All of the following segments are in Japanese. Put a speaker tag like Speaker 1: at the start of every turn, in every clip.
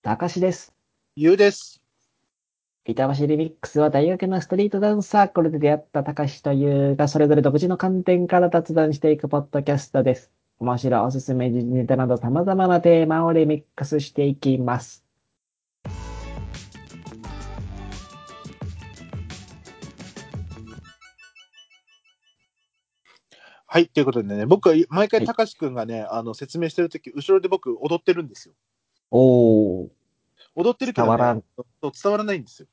Speaker 1: たかしです。
Speaker 2: ゆうです。
Speaker 1: 板橋リミックスは大学のストリートダンスサークルで出会ったたかしというが、それぞれ独自の観点から雑談していくポッドキャストです。面白おすすめ時事ネタなど様々なテーマをリミックスしていきます。
Speaker 2: はい、ということでね、僕は毎
Speaker 1: は
Speaker 2: 回
Speaker 1: い
Speaker 2: たかしくんがね、あの説明してるとき、後ろで僕踊ってるんですよ。
Speaker 1: おー、
Speaker 2: 踊ってるけ
Speaker 1: 伝
Speaker 2: ど、ね、
Speaker 1: わらん
Speaker 2: そう伝わらないんですよ。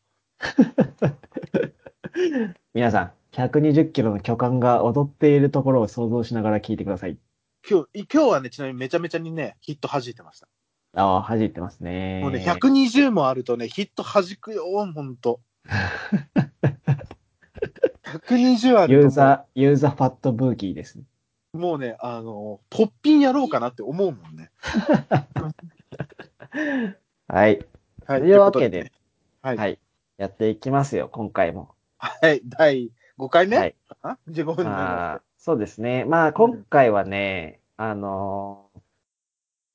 Speaker 1: 皆さん、120キロの巨漢が踊っているところを想像しながら聞いてください。
Speaker 2: 今日、い今日はね、ちなみにめちゃめちゃにね、ヒット弾いてました。
Speaker 1: ああ、弾いてますね。
Speaker 2: もうね、120もあるとね、ヒット弾くよ、ほ んと。120あると
Speaker 1: ユーザー、ユーザーファットブーキーですね。
Speaker 2: もうね、あの、トッピンやろうかなって思うもんね。
Speaker 1: はい。
Speaker 2: は
Speaker 1: というわけで、
Speaker 2: はい
Speaker 1: はい。やっていきますよ、今回も。
Speaker 2: はい、第5回目、
Speaker 1: はい
Speaker 2: かな ?15 分になりま
Speaker 1: あーそうですね。まあ、今回はね、あのー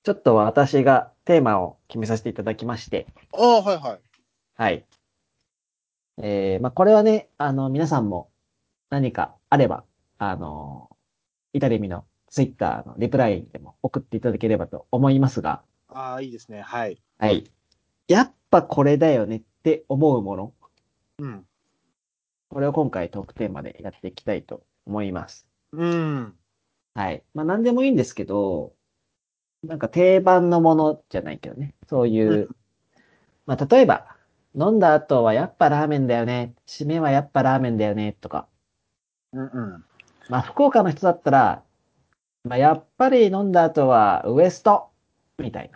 Speaker 1: ちょっと私がテーマを決めさせていただきまして、
Speaker 2: した。ああ、はいはい。
Speaker 1: はい。えー、まあ、これはね、あの、皆さんも何かあれば、あのー、イタリミのツイッターのリプライでも送っていただければと思いますが、
Speaker 2: ああ、いいですね。はい。
Speaker 1: はい。やっぱこれだよねって思うもの、
Speaker 2: うん。
Speaker 1: これを今回トークテーマでやっていきたいと思います。
Speaker 2: うん。
Speaker 1: はい。まあ何でもいいんですけど、なんか定番のものじゃないけどね。そう
Speaker 2: う。
Speaker 1: いうんまあ例えば、飲んだ後はやっぱラーメンだよね。締めはやっぱラーメンだよね。とか。
Speaker 2: うんうん。
Speaker 1: まあ福岡の人だったら、まあやっぱり飲んだ後はウエストみたい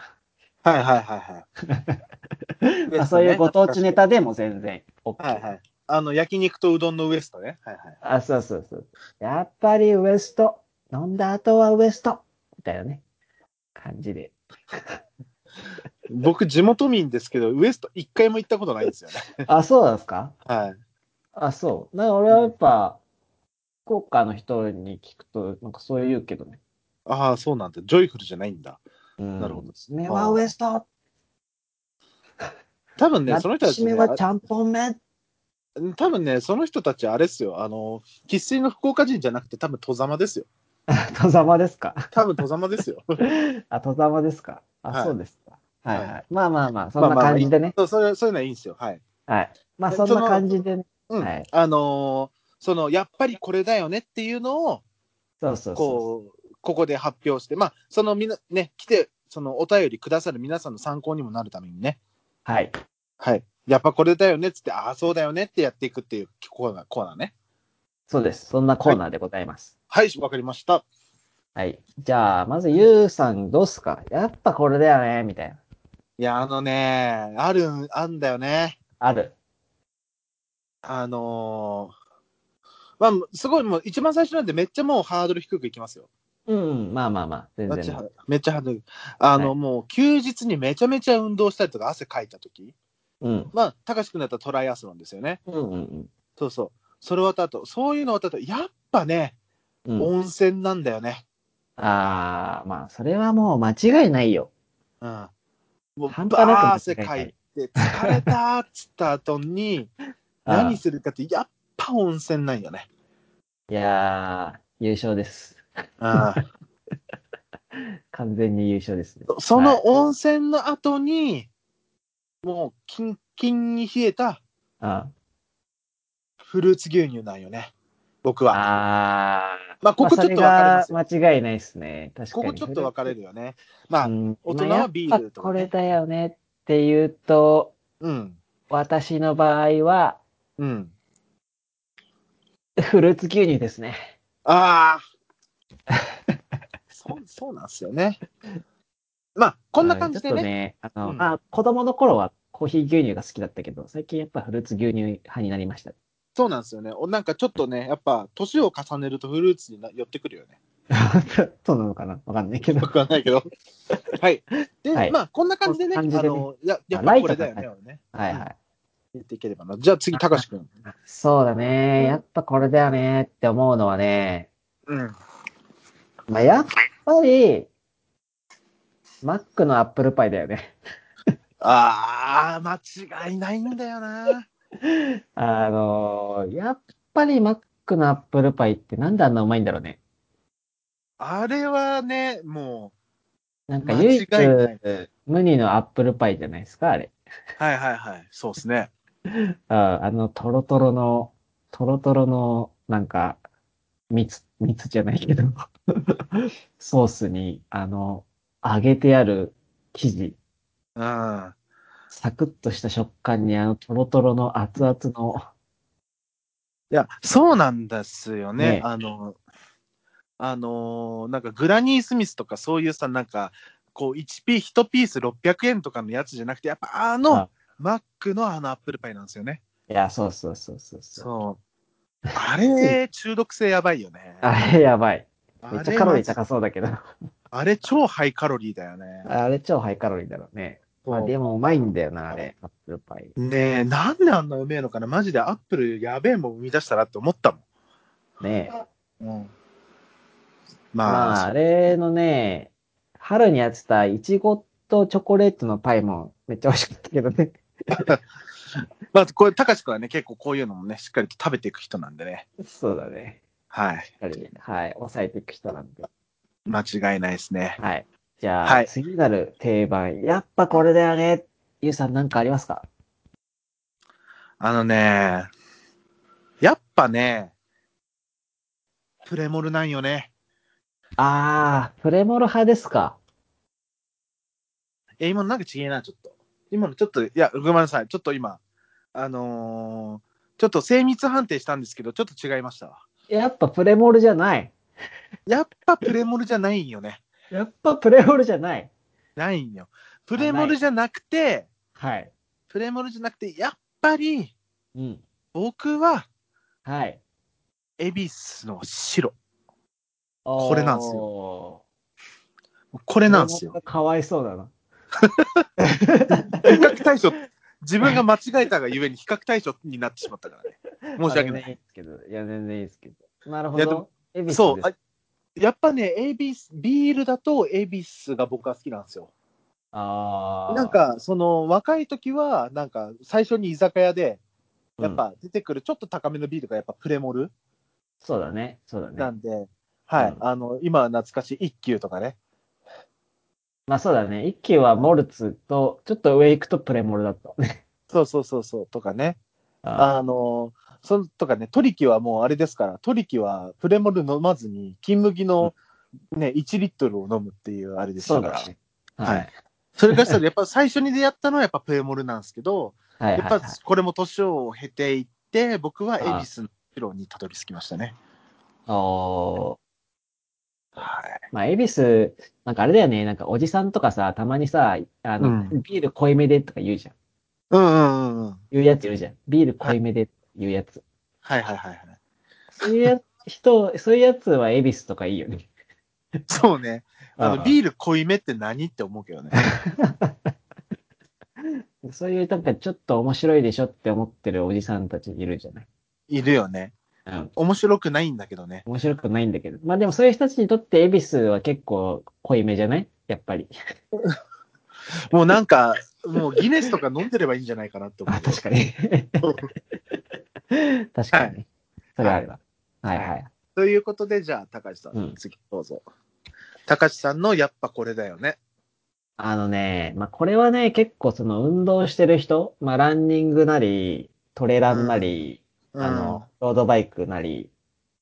Speaker 2: はいはいはいはい。
Speaker 1: な。まあそういうご当地ネ
Speaker 2: ね。
Speaker 1: タでも全然 OK。
Speaker 2: はいはい。あの、焼肉とうどんのウエストね。はいはい。
Speaker 1: あ、そうそうそう。やっぱりウエスト。飲んだ後はウエスト。みたいなね。感じで。
Speaker 2: 僕、地元民ですけど、ウエスト一回も行ったことないんですよね。
Speaker 1: あ、そうなんですか
Speaker 2: はい。
Speaker 1: あ、そう。な、俺はやっぱ、福岡の人に聞くと、なんかそう言うけどね。
Speaker 2: ああ、そうなんだ。ジョイフルじゃないんだ。
Speaker 1: な
Speaker 2: るほど
Speaker 1: ですね。
Speaker 2: あー
Speaker 1: ワンウエスト、
Speaker 2: 多分ね、
Speaker 1: な
Speaker 2: その人たち、
Speaker 1: 締
Speaker 2: ね
Speaker 1: め、はちゃんぽん麺。
Speaker 2: あ多分ね、その人たち、あれですよ。あの、生粋の福岡人じゃなくて、多分、戸様ですよ。
Speaker 1: 戸様ですか
Speaker 2: 多分、戸様ですよ。
Speaker 1: あ、戸様ですか
Speaker 2: は
Speaker 1: あ、
Speaker 2: い
Speaker 1: そうですか。はい
Speaker 2: は
Speaker 1: はい。まあまあまあ、そんな感じでね。
Speaker 2: そうそういうそういうのはいいんですよ。はい。
Speaker 1: はい。まあ
Speaker 2: え
Speaker 1: そん
Speaker 2: そ
Speaker 1: な
Speaker 2: の
Speaker 1: 感じでね。
Speaker 2: うん。
Speaker 1: はい
Speaker 2: あのーその、やっぱりこれだよねっていうのを、
Speaker 1: そうそうそ
Speaker 2: こう、ここで発表して、まあ、そのみな、ね、来て、そのお便りくださる皆さんの参考にもなるためにね、
Speaker 1: う。はい。
Speaker 2: はい。やっぱこれだよねっつって、ああ、そうだよねってやっていくっていうコーナー、コーナーね。
Speaker 1: そうです。そんなコーナーでございます。
Speaker 2: はい、わかりました。
Speaker 1: はい。じゃあ、まず、ゆうさんどうっすかやっぱこれだよね、みたいな。
Speaker 2: いや、あのね、あるん、あんだよね。
Speaker 1: ある。
Speaker 2: あのーまあ、すごいもう一番最初なんでめっちゃもうハードル低くいきますよ。
Speaker 1: うん、まあまあまあ、全
Speaker 2: めっち
Speaker 1: 然
Speaker 2: ゃ。めっちゃハードル。あの、
Speaker 1: はい
Speaker 2: もう休日にめちゃめちゃ運動したりとか汗かいたとき。
Speaker 1: うん。
Speaker 2: まあ、高志くんだったらトライアスロンですよね。
Speaker 1: うんうん
Speaker 2: そうそう。それ終わった後、そういうの終わった後、やっぱね、
Speaker 1: うん。うん、
Speaker 2: 温泉なんだよね。
Speaker 1: ああ、まあ、それはもう間違いないよ。
Speaker 2: うん。もう、バ
Speaker 1: 半端なく間違い
Speaker 2: ー
Speaker 1: ない
Speaker 2: 汗かいて、疲れたーっつった後に、何
Speaker 1: あ
Speaker 2: するかって、やっぱ温泉なんよね。
Speaker 1: ーいやー、優勝です。
Speaker 2: うん。
Speaker 1: 完全に優勝ですね。
Speaker 2: その温泉の後に、もう、キンキンに冷えた
Speaker 1: あ
Speaker 2: フルーツ牛乳なんよね。僕
Speaker 1: ー
Speaker 2: は。
Speaker 1: あー。
Speaker 2: まあ、ここちょっと分かれますよ。
Speaker 1: まあそれが間違いないですね。確か
Speaker 2: こ
Speaker 1: に。
Speaker 2: こちょっと分かれ
Speaker 1: る。
Speaker 2: るよね。まあ、大人はビールとかね
Speaker 1: やっぱこれだよねって言うと、
Speaker 2: うん。
Speaker 1: 私の場合は、
Speaker 2: うん。
Speaker 1: フルーツ牛乳ですね。
Speaker 2: ああ。 そう、そうなんですよね。まあ、こんな感じで
Speaker 1: うんちょっと
Speaker 2: ね。
Speaker 1: ね、あの、
Speaker 2: うん
Speaker 1: まあ、子供の頃はコーヒー牛乳が好きだったけど、最近やっぱフルーツ牛乳派になりま した。
Speaker 2: そうなんですよね。おなんかちょっとね、やっぱ、年を重ねるとフルーツにな寄ってくるよね。
Speaker 1: そうなのかなわかんないけど。
Speaker 2: 僕はな いけど。はい。で、
Speaker 1: はい
Speaker 2: まあ、こんな感じでね、
Speaker 1: こんな感じで
Speaker 2: あ
Speaker 1: ね
Speaker 2: の、や、やっ
Speaker 1: まあ
Speaker 2: ぱこれだよ
Speaker 1: ライ
Speaker 2: ね
Speaker 1: ト、
Speaker 2: ね。
Speaker 1: はいはい。
Speaker 2: 言っていければな。じゃあ次、たかしくん。
Speaker 1: そうだね。やっぱこれだよねって思うのはね、
Speaker 2: うん。
Speaker 1: まあ、やっぱり、マックのアップルパイだよね。
Speaker 2: あー、間違いないんだよな。
Speaker 1: あのーやっぱりマックのアップルパイってなんであんなうまいんだろうね。
Speaker 2: あれはね、も
Speaker 1: なん
Speaker 2: う、
Speaker 1: か
Speaker 2: 間
Speaker 1: 唯
Speaker 2: 違い
Speaker 1: 一
Speaker 2: ない。はい
Speaker 1: 無二のアップルパイじゃないですか、あれ。
Speaker 2: はいはい。そうですね。
Speaker 1: ああの、トロトロの、トロトロの、なんか、蜜、蜜じゃないけど、 ソースに、あの、揚げてある生地、
Speaker 2: うん。あ
Speaker 1: サクッとした食感に、あの、トロトロの熱々の、
Speaker 2: いや、そうなんですよね。
Speaker 1: ねえ
Speaker 2: あの、あのーなんかグラニー・スミスとかそういうさ、なんか、こう1ピー、1ピース600円とかのやつじゃなくて、やっぱあ
Speaker 1: あ
Speaker 2: の、マックのあのアップルパイなんですよね。
Speaker 1: いや、そうそうそうそうそう。
Speaker 2: そう。あれ、中毒性やばいよね。
Speaker 1: あれやばい。
Speaker 2: あ
Speaker 1: め
Speaker 2: れ
Speaker 1: っちゃカロリー
Speaker 2: マ
Speaker 1: 高そうだけど。
Speaker 2: ジあれ、超ハイカロリーだよね。
Speaker 1: あれ超ハイカロリーだろうね。まあ
Speaker 2: そう
Speaker 1: でもうまいんだよな、あれ。アップルパイ。
Speaker 2: ねえ、なんであんなうめえのかなマジでアップルやべえもん生み出したらって思ったも
Speaker 1: ねえ。
Speaker 2: ん。うん、
Speaker 1: まあ、
Speaker 2: まあ、
Speaker 1: あれのね、春にやってたイチゴとチョコレートのパイもめっちゃ美味しかったけどね。
Speaker 2: まあ、これ、高志くんはね、結構こういうのもね、しっかりと食べていく人なんでね。
Speaker 1: そうだね。
Speaker 2: はい。
Speaker 1: やっぱりはい。抑えていく人なんで。
Speaker 2: 間違いないですね。
Speaker 1: はい。じゃあ、
Speaker 2: はい
Speaker 1: 次なる定番。やっぱこれだよね。ゆうさんなんかありますか
Speaker 2: あのね、やっぱね、プレモルなんよね。
Speaker 1: あー、プレモル派ですか。
Speaker 2: え、今のなんか違えな、ちょっと。今のちょっと、いや、ごめんなさい。ちょっと今、あのーちょっと精密判定したんですけど、ちょっと違いましたわ。
Speaker 1: やっぱプレモルじゃない。
Speaker 2: やっぱプレモルじゃないんよね。
Speaker 1: やっぱプレモルじゃない。
Speaker 2: ないんよ。プレモルじゃなくて、
Speaker 1: はい。
Speaker 2: プレモルじゃなくて、やっぱり
Speaker 1: うん。
Speaker 2: 僕は
Speaker 1: はい。
Speaker 2: 恵比寿の白。
Speaker 1: こ
Speaker 2: これなんす
Speaker 1: よ。
Speaker 2: これなんですよ。。
Speaker 1: かわいそうだな。
Speaker 2: 比較対象、自分が間違えたがゆえに比較対象になってしまったからね。申し訳な
Speaker 1: あ全然いい
Speaker 2: い。
Speaker 1: ですけど。いや、全然いいですけど。なるほ
Speaker 2: いやでも
Speaker 1: ど。恵比寿
Speaker 2: そう
Speaker 1: で。す
Speaker 2: あやっぱね、恵比寿、ビールだと恵比寿が僕は好きなんですよ。
Speaker 1: あー
Speaker 2: なん、か、その若い時は、なんか最初に居酒屋で、やっ
Speaker 1: うん
Speaker 2: ぱ出てくるちょっと高めのビールがやっぱプレモル
Speaker 1: そうだね。そうだ
Speaker 2: な
Speaker 1: ね。
Speaker 2: んで、は
Speaker 1: う
Speaker 2: い、
Speaker 1: ん
Speaker 2: あの、今は懐かしい一休とかね。
Speaker 1: まあそうだね。一級はモルツと、ちょっと上行くとプレモルだ った。
Speaker 2: そうそうそうそう、とかね。
Speaker 1: あ
Speaker 2: あのそのとかね、トリキはもうあれですから、トリキはプレモル飲まずに、金麦の、ね、1リットルを飲むっていうあれでし
Speaker 1: そ
Speaker 2: た
Speaker 1: う
Speaker 2: から、
Speaker 1: だね。はい。
Speaker 2: それからしたら、やっぱ最初に出会ったのはやっぱプレモルなんですけど、
Speaker 1: はい。
Speaker 2: やっ
Speaker 1: はい
Speaker 2: ぱこれも年を経ていって、僕は恵比寿の白にたどり着きましたね。
Speaker 1: おー
Speaker 2: はい、
Speaker 1: まあ、恵比寿、なんかあれだよね。なんかおじさんとかさ、たまにさ、あの、
Speaker 2: うん
Speaker 1: ビール濃いめでとか言うじゃん。
Speaker 2: うんうんうんうん。
Speaker 1: 言うやついるじゃん。ビール濃いめでって言うやつ。
Speaker 2: はいはいはいはい。
Speaker 1: そういうや人、そういうやつは恵比寿とかいいよね。
Speaker 2: そうね。あの、
Speaker 1: ー
Speaker 2: ビール濃いめって何って思うけどね。
Speaker 1: ル。そういうなんかちょっと面白いでしょって思ってるおじさんたちいるじゃない。
Speaker 2: いるよね。
Speaker 1: うん。
Speaker 2: 面白くないんだけどね。
Speaker 1: 面白くないんだけど。まあでもそういう人たちにとって恵比寿は結構濃いめじゃないやっぱり。
Speaker 2: もうなんか、もうギネスとか飲んでればいいんじゃないかなって思
Speaker 1: あ、
Speaker 2: う。
Speaker 1: 確かに。確かにね。それはあれば。はいはい。
Speaker 2: ということで、じゃあ、高橋さん、
Speaker 1: うん
Speaker 2: 次どうぞ。高橋さんのやっぱこれだよね。
Speaker 1: あのね、まあこれはね、結構その運動してる人、まあランニングなり、トレランなり、
Speaker 2: うん
Speaker 1: あの、ロードバイクなり、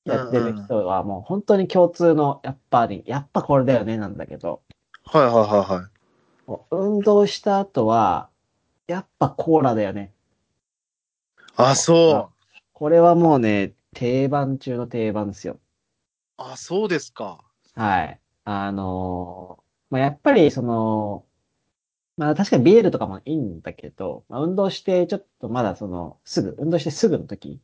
Speaker 1: やってる
Speaker 2: うんうん
Speaker 1: 人はもう本当に共通の、やっぱり、やっぱこれだよね、なんだけど、
Speaker 2: はいはいはいはい。
Speaker 1: もう運動した後は、やっぱコーラだよね。
Speaker 2: あ、そ
Speaker 1: これはもうね、定番中の定番ですよ。
Speaker 2: う。あ、そうですか。
Speaker 1: はい。あのーまあ、やっぱりその、まあ確かにビールとかもいいんだけど、まあ、運動してちょっとまだその、すぐ、運動してすぐの時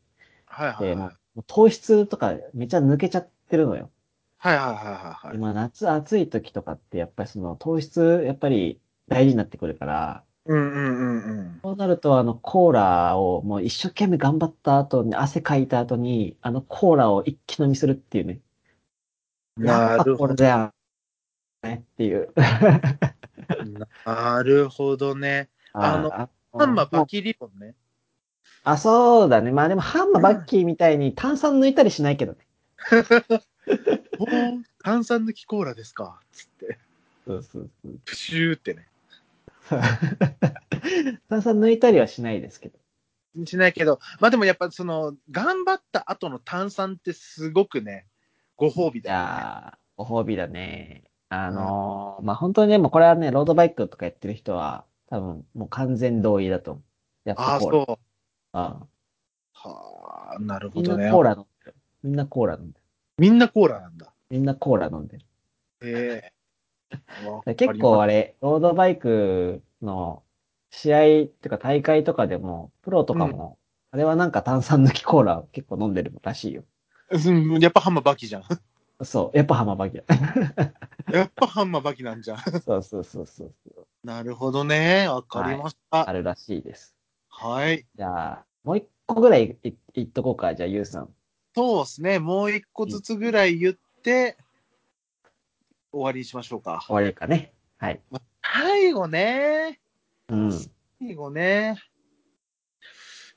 Speaker 2: はいは
Speaker 1: で、
Speaker 2: い
Speaker 1: も
Speaker 2: は
Speaker 1: う
Speaker 2: い。
Speaker 1: もう糖質とかめちゃ抜けちゃってるのよ。
Speaker 2: はいはいはいはいはい。
Speaker 1: 今夏暑い時とかってやっぱりその糖質やっぱり大事になってくるから、
Speaker 2: うんうんうんうん。
Speaker 1: そうなるとあのコーラをもう一生懸命頑張った後に汗かいた後にあのコーラを一気飲みするっていうね。や
Speaker 2: な
Speaker 1: っぱ
Speaker 2: る
Speaker 1: こ
Speaker 2: ほ
Speaker 1: れ
Speaker 2: ど。
Speaker 1: だよねっていう。
Speaker 2: なるほどね。 あの
Speaker 1: あ
Speaker 2: ハンマー
Speaker 1: も
Speaker 2: バ
Speaker 1: う
Speaker 2: キリボンね。
Speaker 1: あ、そうだね。まあでも、ハンマーバッキーみたいに炭酸抜いたりしないけどね。
Speaker 2: おー炭酸抜きコーラですか。つって。
Speaker 1: そうそうそう。
Speaker 2: プシューってね。
Speaker 1: 炭酸抜いたりはしないですけど。
Speaker 2: しないけど、まあでもやっぱその、頑張った後の炭酸ってすごくね、ご褒美
Speaker 1: い
Speaker 2: だよね。
Speaker 1: やー、ご褒美だね。あのーまあ本当にね、もうこれはね、ロードバイクとかやってる人は、多分もう完全同意だと思う。やっ
Speaker 2: あ
Speaker 1: ぱ
Speaker 2: あ、
Speaker 1: コーラ。
Speaker 2: そう。
Speaker 1: あ
Speaker 2: はあ、なる
Speaker 1: み
Speaker 2: ほ
Speaker 1: ん
Speaker 2: どね
Speaker 1: な。コーラ飲んでる。みんなコーラ飲んでる。
Speaker 2: みんなコーラなんだ。
Speaker 1: みんなコーラ飲んでる。
Speaker 2: へえ。わかりました
Speaker 1: 結構あれ、ロードバイクの試合っていうか大会とかでも、プロとかも、あれはなんか炭酸抜きコーラを結構飲んでるらしいよ。
Speaker 2: うんやっぱハンマーバキじゃん。
Speaker 1: そう、やっぱ浜バキだ。
Speaker 2: やっぱハンマーバキなんじ ゃん。
Speaker 1: そうそうそうそうそう。
Speaker 2: なるほどね。わかりました。
Speaker 1: あるらしいです。
Speaker 2: はい。
Speaker 1: じゃあ、もう一個ぐらいい言っとこうか。じゃあ、ゆうさん。
Speaker 2: そうですね。もう一個ずつぐらい言って、終わりにしましょうか。
Speaker 1: 終わりかね。はい。
Speaker 2: 最後ね。
Speaker 1: うん。
Speaker 2: 最後ね。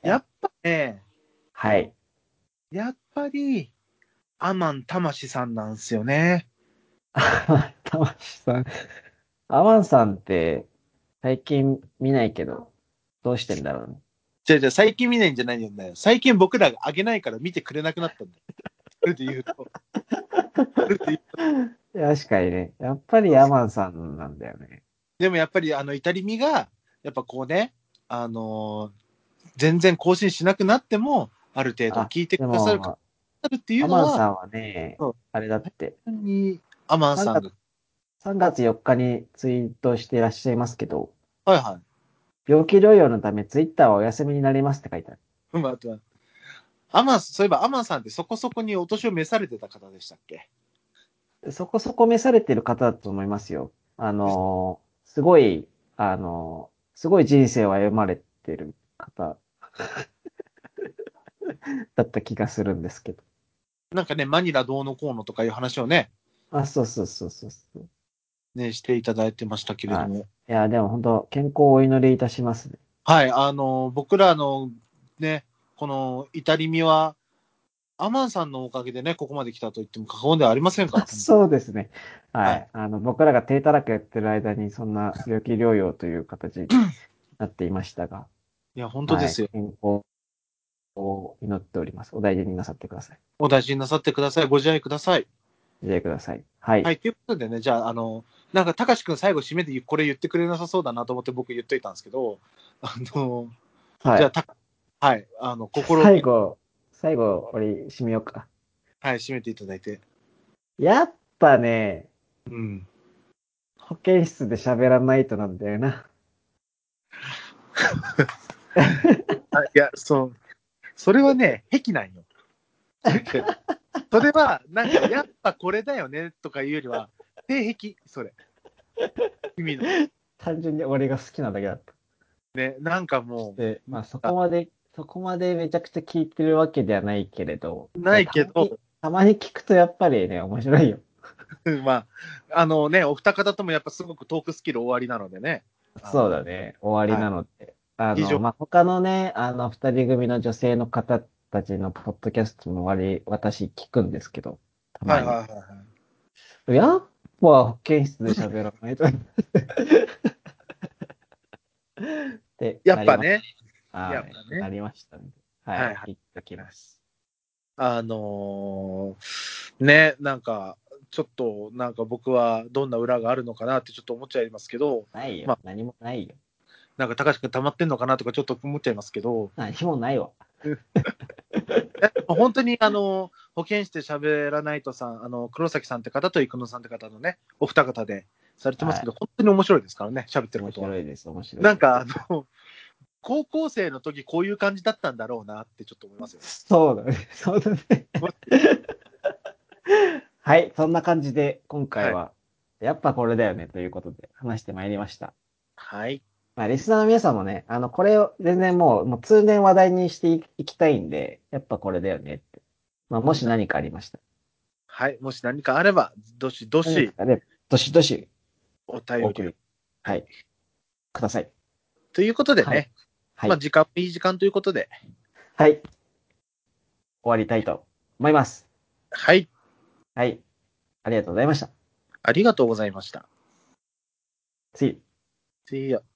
Speaker 2: やっぱね、
Speaker 1: はい。
Speaker 2: やっぱり、アマン魂さんなんですよね。
Speaker 1: たましさん。アワンさんって、最近見ないけど、どうしてんだろうね。
Speaker 2: じゃじゃ最近見ないんじゃないよね。最近僕らがあげないから見てくれなくなったんだよ。それで言うと。それで言うと
Speaker 1: いや確かにね。やっぱりアマンさんなんだよね。
Speaker 2: でもやっぱりあのイタリミが、やっぱこうね、あのー全然更新しなくなっても、ある程度聞いて
Speaker 1: で
Speaker 2: く
Speaker 1: も
Speaker 2: ださるかるっていう
Speaker 1: ア
Speaker 2: の
Speaker 1: マンさんは
Speaker 2: は、
Speaker 1: ね
Speaker 2: そう、
Speaker 1: あれだって、
Speaker 2: 本当にアマンさんが、
Speaker 1: 3月4日にツイートしていらっしゃいますけど、
Speaker 2: はいは
Speaker 1: 病気療養のためツイッターはお休みになりますって書いてある。
Speaker 2: い、また、アマン、そういえばアマンさんってそこそこにお年を召されてた方でしたっけ
Speaker 1: そこそこ召されてる方だと思いますよ。あのー、すごい、あのー、すごい人生を歩まれてる方 だった気がするんですけど。
Speaker 2: なんかね、マニラどうのこうのとかいう話をね、
Speaker 1: あ、そうそうそうそうそう。い
Speaker 2: ね、していただいてましたけれども。
Speaker 1: や、でも本当健康をお祈りいたしますね。
Speaker 2: はい、あのー僕らのね、このイタリミは、アマンさんのおかげでね、ここまで来たと言っても過言ではありませんか ら。
Speaker 1: そうですね。はい。
Speaker 2: はい
Speaker 1: あの、僕らが手たらくやってる間に、そんな病気療養という形 になっていましたが、
Speaker 2: いや、本当ですよ。
Speaker 1: はい健康を祈っております。お大事になさってください。
Speaker 2: お大事になさってください。ご自愛ください。
Speaker 1: お自愛ください。はい。
Speaker 2: はい、ということでね、じゃあ、あの、なんか、たかしくん最後締めでこれ言ってくれなさそうだなと思って僕言っといたんですけど、あの、
Speaker 1: はい
Speaker 2: じゃあ、たはい、あの、心を、は
Speaker 1: 最
Speaker 2: い、
Speaker 1: 後、最後、俺、締めようか。
Speaker 2: 締めていただいて。
Speaker 1: やっぱね、
Speaker 2: うん。
Speaker 1: 保健室で喋らないとなんだよな。
Speaker 2: あいや、そう、それはね、癖なん よ。それは、なんか、やっぱこれだよね、とかいうよりは、性癖、それ。君の。
Speaker 1: 単純に俺が好きなだけだった。
Speaker 2: ね、なんかも
Speaker 1: で、まあそこまで、そこまでめちゃくちゃ聞いてるわけではないけれど。
Speaker 2: う、ないけ
Speaker 1: たまに
Speaker 2: ど、
Speaker 1: たまに聞くとやっぱりね、面白いよ。
Speaker 2: まあ、あのね、お二方ともやっぱすごくトークスキル終わりなのでね。
Speaker 1: そうだね、終わりなので。あ
Speaker 2: 非常
Speaker 1: の、まあ、他のね、あの、二人組の女性の方たちのポッドキャストも割り、私聞くんですけど、たま
Speaker 2: はい
Speaker 1: に。
Speaker 2: はいはいはい。
Speaker 1: やっぱ保健室で喋らないと。で
Speaker 2: やっぱ。ね、
Speaker 1: なりまは
Speaker 2: やっ
Speaker 1: い
Speaker 2: ぱね
Speaker 1: なりましたね。はい。
Speaker 2: はい
Speaker 1: い
Speaker 2: は、
Speaker 1: 言っときます。
Speaker 2: あのーね、なんか、ちょっと、なんか僕はどんな裏があるのかなってちょっと思っちゃいますけど、
Speaker 1: ないよ。
Speaker 2: まあ
Speaker 1: 何もないよ。
Speaker 2: なんか、高橋君溜まってんのかなとかちょっと思っちゃいますけど、
Speaker 1: 何もないわ。
Speaker 2: え本当に、あのー保健師で喋らないとさん、あの、黒崎さんって方と生野さんって方のね、お二方でされてますけど、本当に面白いですからね、喋ってる
Speaker 1: 面
Speaker 2: ことは。
Speaker 1: 白いです、面白い。
Speaker 2: なんか、あ、の、高校生の時こういう感じだったんだろうなってちょっと思いますよ。
Speaker 1: そうだね。そうだね。はい。そんな感じで、今回は、やっぱこれだよね、ということで話してまいりました。
Speaker 2: はい。
Speaker 1: まあ、リスナーの皆さんもね、あの、これを全然もう、もう通年話題にしていいきたいんで、やっぱこれだよねって。まあ、もし何かありました
Speaker 2: はい。もし何かあれば、どしど
Speaker 1: ら。
Speaker 2: し
Speaker 1: 何かあればどしどし
Speaker 2: お
Speaker 1: お
Speaker 2: 便
Speaker 1: 送
Speaker 2: りを
Speaker 1: り。はい。ください。
Speaker 2: ということでね、
Speaker 1: はいはい
Speaker 2: まあ、時間もいい時間ということで、
Speaker 1: はい。終わりたいと思います。
Speaker 2: はい、
Speaker 1: はい。ありがとうございました。
Speaker 2: ありがとうございました。
Speaker 1: 次。
Speaker 2: See ya.